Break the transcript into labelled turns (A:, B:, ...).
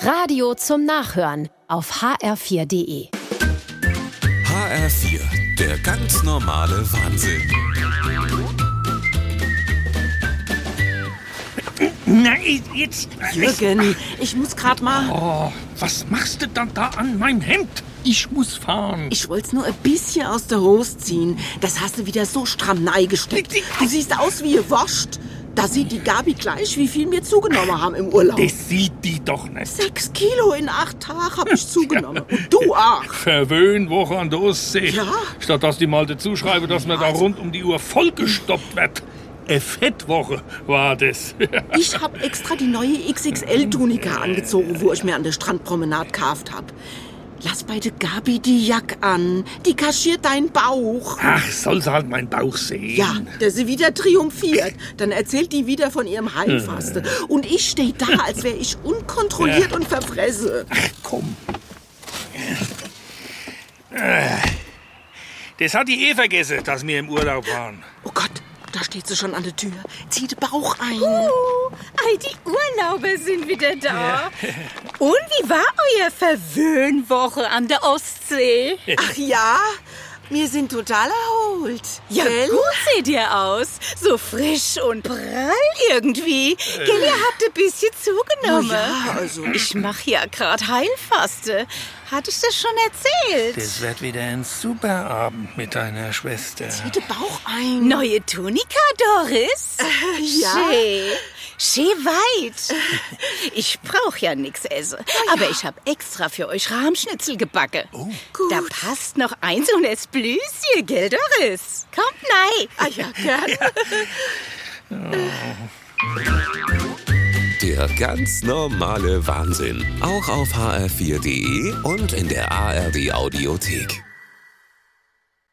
A: Radio zum Nachhören auf hr4.de.
B: HR4, der ganz normale Wahnsinn.
C: Nein, jetzt.
D: Jürgen, Äh, ich muss grad mal.
C: Oh, was machst du dann da an meinem Hemd? Ich muss fahren.
D: Ich wollt's nur ein bisschen aus der Hose ziehen. Das hast du wieder so stramm neigesteckt. Du siehst aus wie gewascht. Da sieht die Gabi gleich, wie viel wir zugenommen haben im Urlaub.
C: Das sieht die doch nicht.
D: Sechs Kilo in acht Tagen hab ich zugenommen. Und du auch.
C: Verwöhnwoche an der Ostsee.
D: Ja.
C: Statt dass die mal dazu schreibe, dass man da rund um die Uhr vollgestoppt wird. Eine Fettwoche war das.
D: Ich hab extra die neue XXL-Tunika angezogen, wo ich mir an der Strandpromenade gekauft hab. Lass bei der Gabi die Jack an. Die kaschiert deinen Bauch.
C: Ach, soll sie halt meinen Bauch sehen.
D: Ja, dass sie wieder triumphiert. Dann erzählt die wieder von ihrem Heilfasten. Und ich stehe da, als wäre ich unkontrolliert und verfresse.
C: Komm. Das hat die eh vergessen, dass wir im Urlaub waren.
D: Oh Gott, da steht sie schon an der Tür. Zieh den Bauch ein.
E: Oh, all die Urlauber sind wieder da. Und wie war euer Verwöhnwoche an der Ostsee?
D: Ach ja, wir sind total erholt.
E: Ja,
D: Gell?
E: gut seht ihr aus. So frisch und prall irgendwie. Gell, ihr habt ein bisschen zugenommen.
D: Oh ja, also-
E: Ich mach ja grad Heilfaste. Hatte ich das schon erzählt?
C: Das wird wieder ein super Abend mit deiner Schwester.
D: Zieh den Bauch ein.
E: Neue Tunika, Doris?
D: Äh, ja.
E: Schee. Schee weit. Ich brauch ja nix
D: Ah,
E: essen. Aber ich hab extra für euch Rahmschnitzel gebacken. Oh,
D: gut.
E: Da passt noch eins und es blüßt hier, gell, Doris? Kommt nein.
D: Ah ja, gern.
B: Der ganz normale Wahnsinn. Auch auf hr4.de und in der ARD Audiothek.